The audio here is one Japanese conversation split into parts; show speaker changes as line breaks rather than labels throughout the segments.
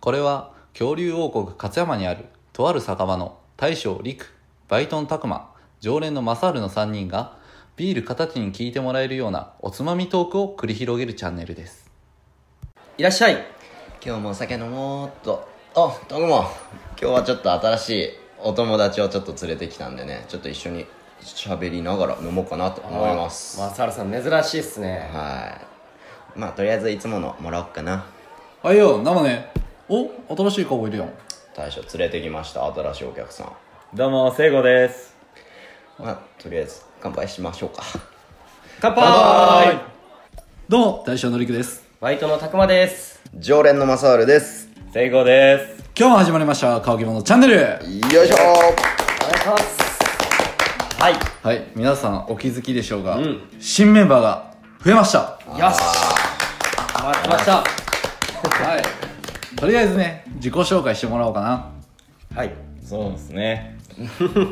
これは恐竜王国勝山にあるとある酒場の大将陸バイトン拓磨常連のマサールの3人がビール形に聞いてもらえるようなおつまみトークを繰り広げるチャンネルです
いらっしゃい今日もお酒飲もうっとあトグモ今日はちょっと新しいお友達をちょっと連れてきたんでねちょっと一緒に喋りながら飲もうかなと思います
マサルさん珍しいっすね
はいまあとりあえずいつものもらおうかな
はいよ生ねお新しい顔いるやん
大将連れてきました新しいお客さん
どうも、せいごです。
まあとりあえず乾杯しましょうか
乾杯
どうも大将の陸です
バイトのたくまです
常連のマサールです
せいごです。
今日も始まりました「乾き物チャンネル
よいしょ
お願いしますはい」
はい皆さんお気づきでしょうが、新メンバーが増えました
よし待ってました
はいとりあえずね自己紹介してもらおうかな
はい
そうですね。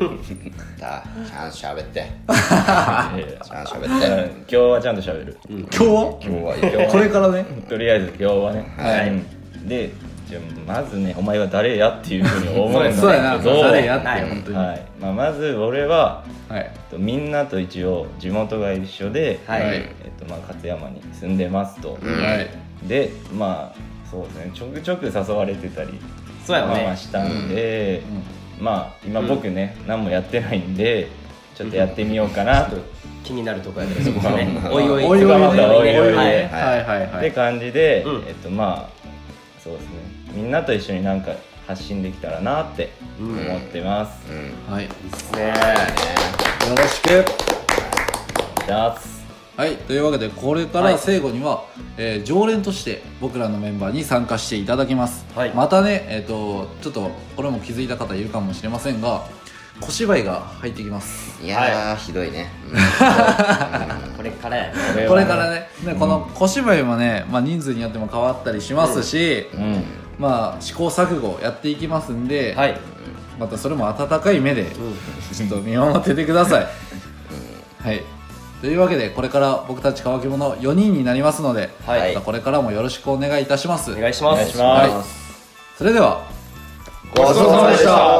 だちゃんと喋って
いやいや
ちゃんと
う
喋っ
ん
て
今日はちゃんと喋る。
今日は
今日は今日
これからね
とりあえず今日はね。
はい
うんで、じゃあまずね、お前は誰やっていうふうに思うんだけど。
そうやな誰やって
はい
本当に
はい。まあ、まず俺は、
はい
えっとみんなと一応地元が一緒で、
はい
はい
えっとまあ勝山に住んでますと。
はい
で、まあそうですね。ちょくちょく誘われてたり、
そうや
まあま
ね
あしたんで、まあ今僕ね、何もやってないんで、ちょっとやってみようかなと。
気になるとこやけどそこはね
うん
おいおい
おいおいね
ここはまたおいおいね
おいおいね
は
はいはいは
って
い
感じで、
うん
えっとまあそうですねみんなと一緒になんか発信できたらなって
うん
思ってます、
うんね
はいよ
いね
ろしく
じゃあす
はいというわけでこれから聖護には、えー常連として僕らのメンバーに参加していただきます、
はい
またねえっ、とちょっとこれも気づいた方いるかもしれませんが小芝居が入ってきます
いやーひどいねうん
これからやね
これ
こ
は
れ
ね
からねねこの小芝居もね、まあ、人数によっても変わったりしますし、
うん
まあ試行錯誤やっていきますんで、
はい
またそれも温かい目でちょっと見守っててください、はいというわけでこれから僕たち乾き物4人になりますので、
はい
またこれからもよろしくお願いいたします
お願いし
お
ま
願い
す
します、
はいそれでは
ごちそうさまでした